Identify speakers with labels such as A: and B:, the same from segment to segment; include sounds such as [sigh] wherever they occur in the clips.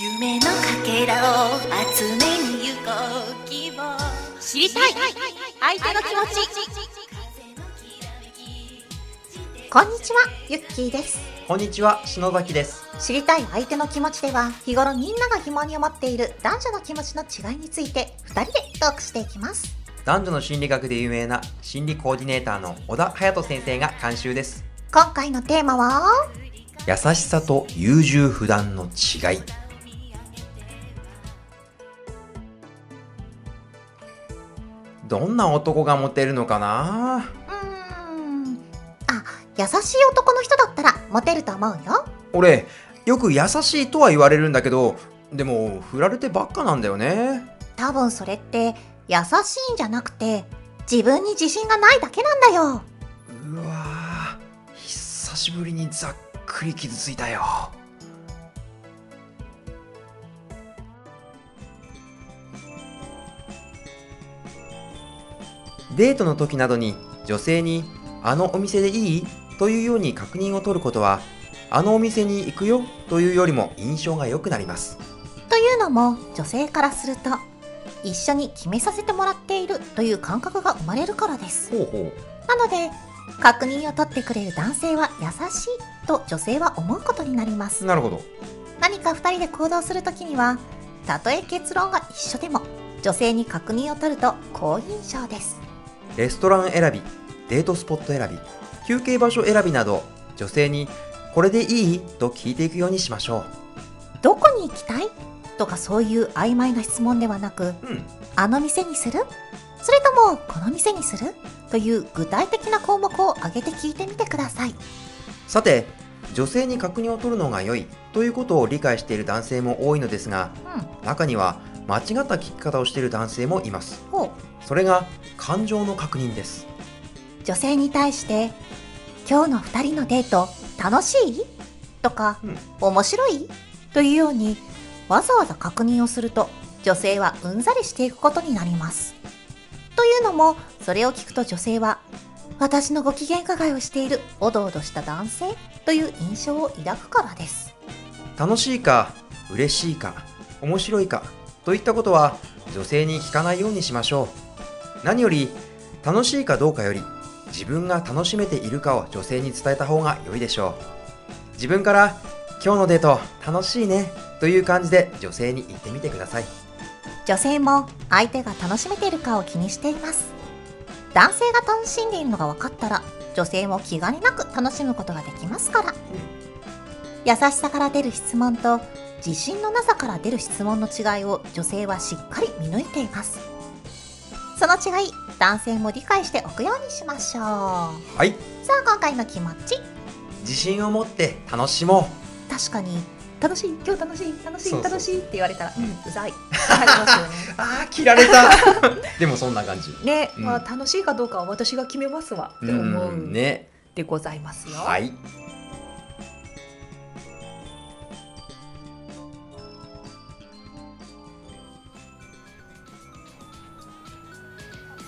A: 夢のかけらを集めに行こう希望
B: 知りたい相手の気持ちこんにちはゆっきーです
C: こんにちは、篠崎です。
B: 知りたい相手の気持ちでは日頃みんなが疑問に思っている男女の気持ちの違いについて2人でトークしていきます
C: 男女の心理学で有名な心理コーディネーターの小田隼人先生が監修です。
B: 今回のテーマは
C: 優しさと優柔不断の違い。どんな男がモテるのかな
B: うーんあ優しい男の人だったらモテると思うよ
C: 俺、よく優しいとは言われるんだけど、でも、振られてばっかなんだよね。
B: 多分それって優しいんじゃなくて自分に自信がないだけなんだよ
C: うわぁ、久しぶりにざっくり傷ついたよ。デートの時などに女性に「あのお店でいい?」というように確認を取ることは「あのお店に行くよ」というよりも印象が良くなります
B: というのも女性からすると一緒に決めさせてもらっているという感覚が生まれるからです
C: ほうほ
B: なので確認を取ってくれる男性は優しいと女性は思うことになります
C: なるほど
B: 何か2人で行動するときにはたとえ結論が一緒でも女性に確認を取ると好印象です
C: レストラン選び、デートスポット選び、休憩場所選びなど、女性にこれでいいと聞いていくようにしましょ
B: どこに行きたいとかそういう曖昧な質問ではなく
C: う。うん。
B: あの店にするそれともこの店にするという具体的な項目を挙げて聞いてみてください
C: さて、女性に確認を取るのが良いということを理解している男性も多いのですが、
B: う
C: 中には間違った聞き方をしている男性もいます。
B: ほう
C: それが感情の確認です。
B: 女性に対して「今日の2人のデート楽しい?」とか
C: うん
B: 「面白い?」というようにわざわざ確認をすると女性はうんざりしていくことになります。というのもそれを聞くと女性は「私のご機嫌伺いをしているおどおどした男性」という印象を抱くからです。
C: 楽しいか、嬉しいか、面白いかといったことは女性に聞かないようにしましょう。何より楽しいかどうかより自分が楽しめているかを女性に伝えた方が良いでしょう。自分から今日のデート楽しいねという感じで女性に言ってみてください。
B: 女性も相手が楽しめているかを気にしています男性が楽しんでいるのが分かったら女性も気兼ねなく楽しむことができますから優しさから出る質問と自信のなさから出る質問の違いを女性はしっかり見抜いていますその違い男性も理解しておくようにしましょう
C: はい、
B: さあ今回の気持ち
C: 自信を持って楽しも
B: 確かに楽しい今日楽しい楽しい
C: そうそう
B: 楽しいって言われたらうんう
C: [laughs]
B: ざいってなりますよね
C: う。ああ、切られた [laughs] でもそんな感じ。
D: ね、
C: うん
D: まあ楽しいかどうかは私が決めますわって思うう
C: ね。
D: でございますよ。
C: はい。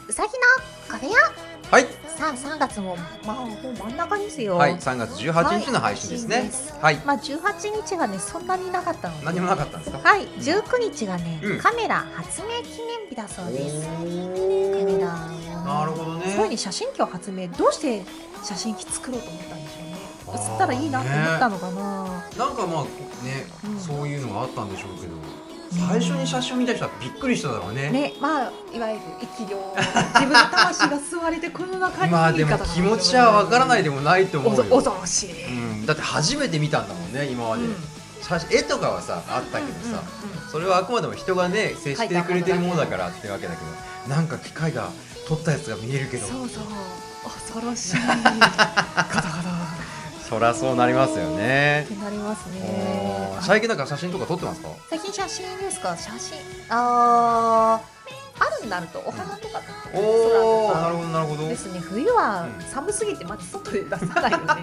B: うさぎの壁屋
C: はい。
B: さあ3月もまあもう真ん中ですよ、
C: はい、3月18日の配信ですね。はい。
B: まあ18日がねそんなになかったので
C: 何もなかったんですか
B: はい19日がね、
C: うん
B: カメラ発明記念日だそうですカメラ
C: なるほど
D: すごいね
C: ね。
D: 写真機を発明どうして写真機作ろうと思ったんでしょうね。写ったらいいなって思ったのかな。
C: なんかまあね、
D: うん
C: そういうのがあったんでしょうけど、最初に写真を見た人はびっくりしただろうね。
D: ね、まあいわゆる生き量、自分の魂が吸われてこの中に
C: まあでも気持ちはわからない
D: で
C: でもないと思うよ。
D: 恐ろしい。
C: うん、だって初めて見たんだもんね今まで、
D: うん
C: 写真絵とかはさあったけどさ、それはあくまでも人がね接してくれてるものだからってわけだけどなんか機械が撮ったやつが見えるけど
D: そうそう恐ろ
C: [laughs]
D: しい。ガタガタ
C: そりゃそうなりますよね
D: っ、てなります
C: お
D: ね
C: ー。最近なんか写真とか撮ってますか
B: 最近写真ですか写真あー春になるとお花とか撮ってます空
C: お
B: と
C: おなる
B: か
C: ほどなるほど
D: ですね冬は
C: うん
D: 寒すぎてまず外で出さない
C: [laughs]
D: よね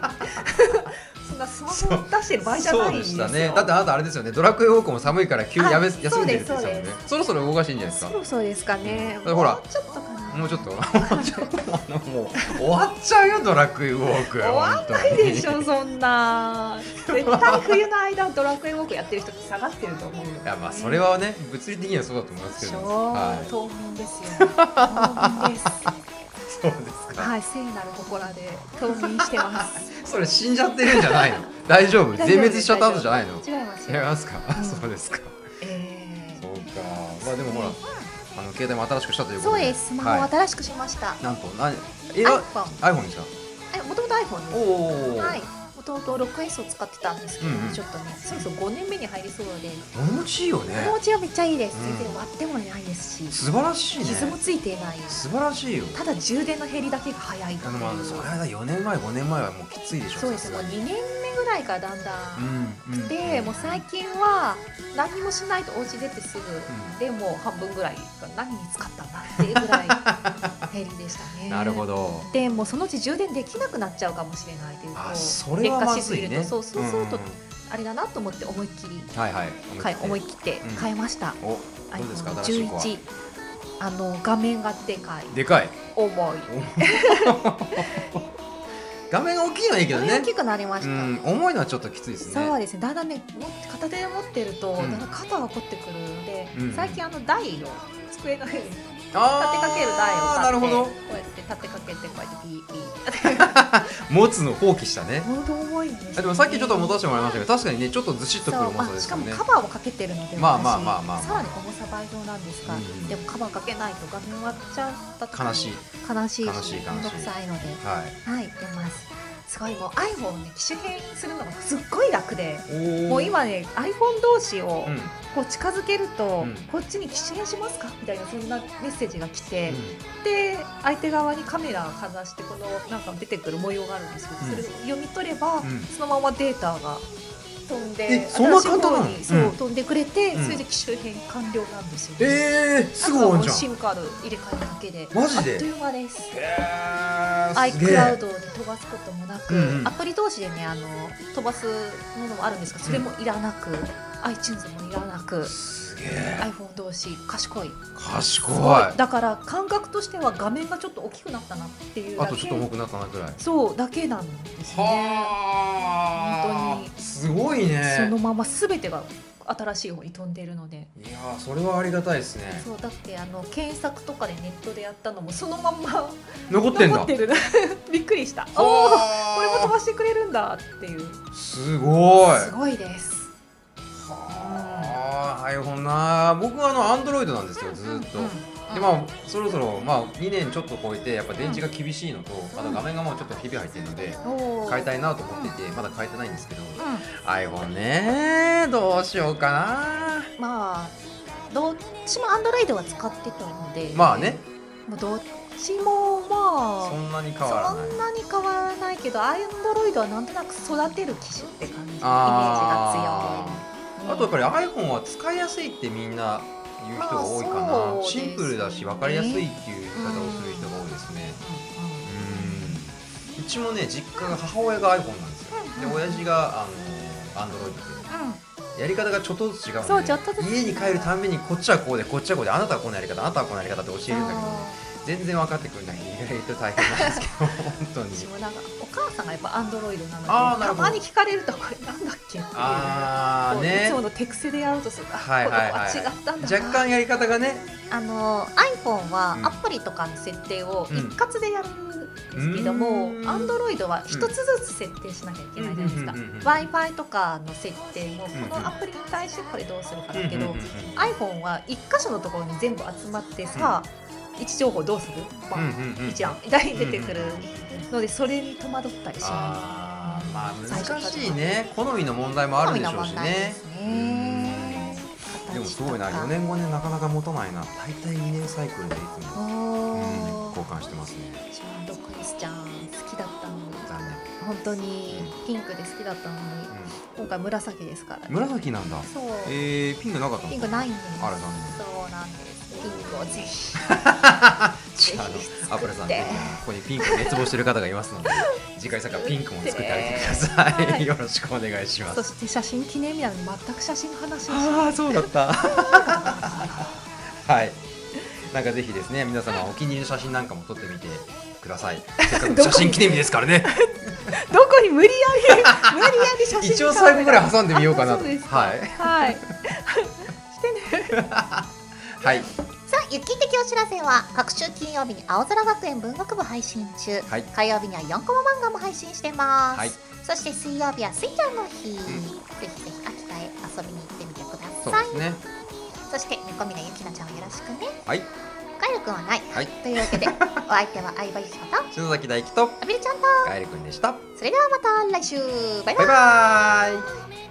D: そんなスマホ出してる場合じゃ
C: そ
D: な
C: う
D: いん
C: で
D: です
C: し
D: よ
C: たねだってあなたあれですよねドラクエウォークも寒いから急にやめ
D: あ
C: 休んでるって言ってたもん
D: そう
C: ね
D: で
C: そろそろ動かしいんじゃないです
D: そ
C: か
D: ろそろですかね
C: だからほら
D: もうちょっとかな
C: もうちょっともうちょっとあのもう終わっちゃうよドラクエウォーク
B: 終わんないでしょそんな絶対冬の間ドラクエウォークやってる人って下がってると思うよ
C: いやまあそれはね物理的にはそうだと思いますけ
B: 超
C: ど、はい、
B: 冬眠ですよ冬眠です
C: そうですか、
B: はい聖なる祠で冬眠してます
C: それ死んじゃってるんじゃないの大丈夫
B: 大丈夫
C: 全滅しちゃった後じ [laughs] ゃないの
B: 違います
C: 違い
B: よ
C: ますか、
B: うん
C: そうですか
B: え
C: そうかまあでもほらあの携帯も新しくしたとい
B: ー
C: うこ
B: そ
C: と
B: う
C: で
B: ですスマホを
C: は
B: 新しくしました
C: い、なんと何え
B: iPhone
C: あ iPhone にした
B: えもともと iPhone
C: お
B: で
C: お、
B: はいもともと 6S を使ってたんですけど、
C: うんうん
B: ちょっとねそろそろ5年目に入りそうで
C: 物持ちいいよね
B: 気持ちはめっちゃいいです、
C: うん
B: 全然割ってもないですし
C: 素晴らしいね
B: 傷もついていない
C: 素晴らしいよ
B: ただ充電の減りだけが早いってい
C: あのまあ
B: う
C: それは4年前5年前はもうきついでしょ
B: そうですも
C: さ
B: う2
C: がに
B: 年目ぐらいからだんだ
C: うん
B: ん、
C: うん
B: でもう最近は何もしないとお家出てすぐ、
C: ん
B: でもう半分ぐらいが何に使ったんだっていうぐらい減りでしたね
C: [laughs] なるほど
B: でもうそのうち充電できなくなっちゃうかもしれないというと
C: あそれは
B: 劣
C: ま
B: 化しす
C: ず
B: ぎ
C: い
B: ると、
C: ね
B: そうそうそうと、
C: ん
B: あれだなと思って思いっきり
C: はいはい
B: 買い思い
C: 切
B: 切って
C: うん
B: 買いました、
C: りおどうですか新しい子は
B: iPhone11 あの画面がでかい
C: でかい
B: 重い
C: 画面が大きいのはいいけどね
B: 大きくなりまし
C: う
B: た、
C: ん重いのはちょっときついですね
B: そうですねだんだんね持って片手で持ってると、
C: うん
B: だんだん肩が凝ってくるので、
C: うん
B: 最近あの台を机の上に立て
C: あー
B: かける台を買って
C: なるほど
B: こうやって立てかけてこうやってビービー
C: 持つの放棄したね
B: 本当重いんですよね
C: あでもさっきちょっと持たせてもらいましたけど確かにねちょっとずしっとくる重
B: そ
C: さ
B: う
C: で
B: あし
C: す
B: か
C: よ
B: も
C: ね
B: カバーをかけてるので、
C: まあ
B: 私
C: まあまあまあ
B: さらに重さ倍増なんですが、
C: うん
B: でもカバーかけないと画面割っちゃった時に
C: 悲しい
B: 悲しい
C: 悲しい悲しい
B: めんどくさいので
C: はい
B: はい出ますすごいもう iPhone ね機種変するのがすっごい楽で
C: おー
B: もう今ね iPhone 同士を
C: うん
B: こう近づけると、
C: うん
B: こっちに機種変しますかみたいなそんなメッセージが来て、
C: う
B: で相手側にカメラをかざしてこのなんか出てくる模様があるんですけど、
C: うん
B: それを読み取れば、
C: ん
B: そのままデータが飛んで
C: えそんな簡単なの
B: 新しい方にそう、
C: うん
B: 飛んでくれて、
C: うん
B: それで機種変完了なんですよ、ね
C: えー、すぐ
B: あとは
C: 終わ
B: も
C: ん
B: う
C: じゃん
B: SIM カード入れ替えるだけで
C: マジ
B: あっとい
C: で
B: う間です
C: えーすげえ
B: iCloud に飛ばすこともなく、
C: うんうん
B: アプリ同士でねあの飛ばすものもあるんですがそれもいらなく、iTunes もいらなく
C: すげえ
B: iPhone 同士賢い
C: 賢い
B: だから感覚としては画面がちょっと大きくなったなっていう
C: あ
B: だ
C: とちょっ
B: け
C: と重くなったなぐらい
B: そうだけなんですね、
C: はあ
B: 本当
C: すごいね
B: そのまま全てが新しい方に飛んでるので
C: いやーそれはありがたいですね
B: そうだってあの検索とかでネットでやったのもそのまんま
C: 残ってんだ
B: 残ってる [laughs] びっくりしたおおーこれも飛ばしてくれるんだっていう
C: すごい
B: すごいです
C: はあ iPhone な僕はあのアンドロイドなんですよずーっと、
B: うん
C: でまあそろそろまあ2年ちょっと超えてやっぱ電池が厳しいのと、あと画面がもうちょっとひび入ってるので
B: おー
C: 変えたいなと思っててまだ変えてないんですけど、
B: う
C: iPhone ねどうしようかなん
B: まあどっちもアンドロイドは使ってたので
C: まあね
B: もうどっちもまあ
C: そんなに変わらない
B: そんなに変わらないけどアンドロイドはなんとなく育てる機種って感じイメージが
C: あー
B: 強い
C: あとやっぱ
B: り
C: り iPhone は使いやすいってみんな言う人が多いか
B: まあそ
C: な、
B: うですね
C: シンプルだし分かりやすいっていう言い方をする人が多いですねうんうちもね実家が母親が iPhone なんですよで親父があの Android でやり方がちょっとずつ違うので
B: そうちょっとずつ違う
C: 家に帰るたんびにこっちはこうでこっちはこうであなたはこのやり方あなたはこのやり方って教えるんだけどね全然分かってくれない意外と大変なんですけど本当に
B: 私もなんかお母さんがやっぱアンドロイドなので
C: あーなる
B: た
C: ほど
B: まに聞かれるとこれなんだっけっていう
C: ああ
B: こうい
C: ね
B: つもの手癖でやろうとするあ
C: はいはいはい
B: [laughs] この子は違ったんだな
C: 若干やり方がね
E: あの iPhone はアプリとかの設定を一括でやるんですけども、
C: うん
E: Android は一つずつ設定しなきゃいけないじゃないですか、
C: うんうんうんうん
E: w i f i とかの設定もこのアプリに対してこれどうするかだけど、
C: うんうんうん
E: iPhone は一箇所のところに全部集まってさあ、位置情報どうする、まあ
C: うんうんうん
E: 一案みたいに出てくるのでそれに戸惑ったりしま
C: あーまあ難しいね好みの問題もあるでしょうし
E: 好みの問題で
C: ね
E: す
C: うんでもすごいな4年5年なかなか持たないな大体2年サイクルでいつ
E: す。
C: も、うん、
E: おー
C: 交換してますね
E: ちゃんとクリスちゃん好きだったのに
C: 残念、
E: 本当にピンクで好きだったのに今回紫ですから
C: うん、紫なんだ
E: そう
C: えー、ピンクなかったの
E: ピンクないんです
C: あら残念
E: そうなんですピンクをぜひ
C: じゃああのアプラさんぜひここにピンク熱望してる方がいますので次回作はピンクも作ってあげてください、
B: はい
C: よろしくお願いしま
B: そ
C: す
B: して写真記念日な
F: [laughs]
B: のに全く写真の話をしない
C: ああそうだったはいなんかぜひですね皆様お気に入りの写真なんかも撮ってみてください。せっかく写真記念日ですからね。
F: [laughs] どこに無理や
C: [laughs]
F: り無理やり写真
C: 一応最後ぐらい挟んでみようかな
F: あ
C: と。
F: そうですか
C: はい
F: はい
C: [laughs]
F: してね
C: はい
B: さあ、雪的お知らせは、各週金曜日に青空学園文学部配信中、
C: はい
B: 火曜日には4コマ漫画も配信してます。
C: はい
B: そして水曜日は水曜の日、
C: ん
B: ぜひぜひ秋田へ遊びに行ってみてく
C: そう
B: ださい。
C: ですね
B: そして、猫峰ゆきなちゃんをよろしくね。
C: はい
B: カエルくんはない。
C: はい
B: というわけで、お相手は相葉ゆきこと、
C: 篠崎大輝と
B: アビルちゃんと、
C: カエルくんでした。
B: それではまた来週バイバイ
C: バイバー
G: 「
C: イ。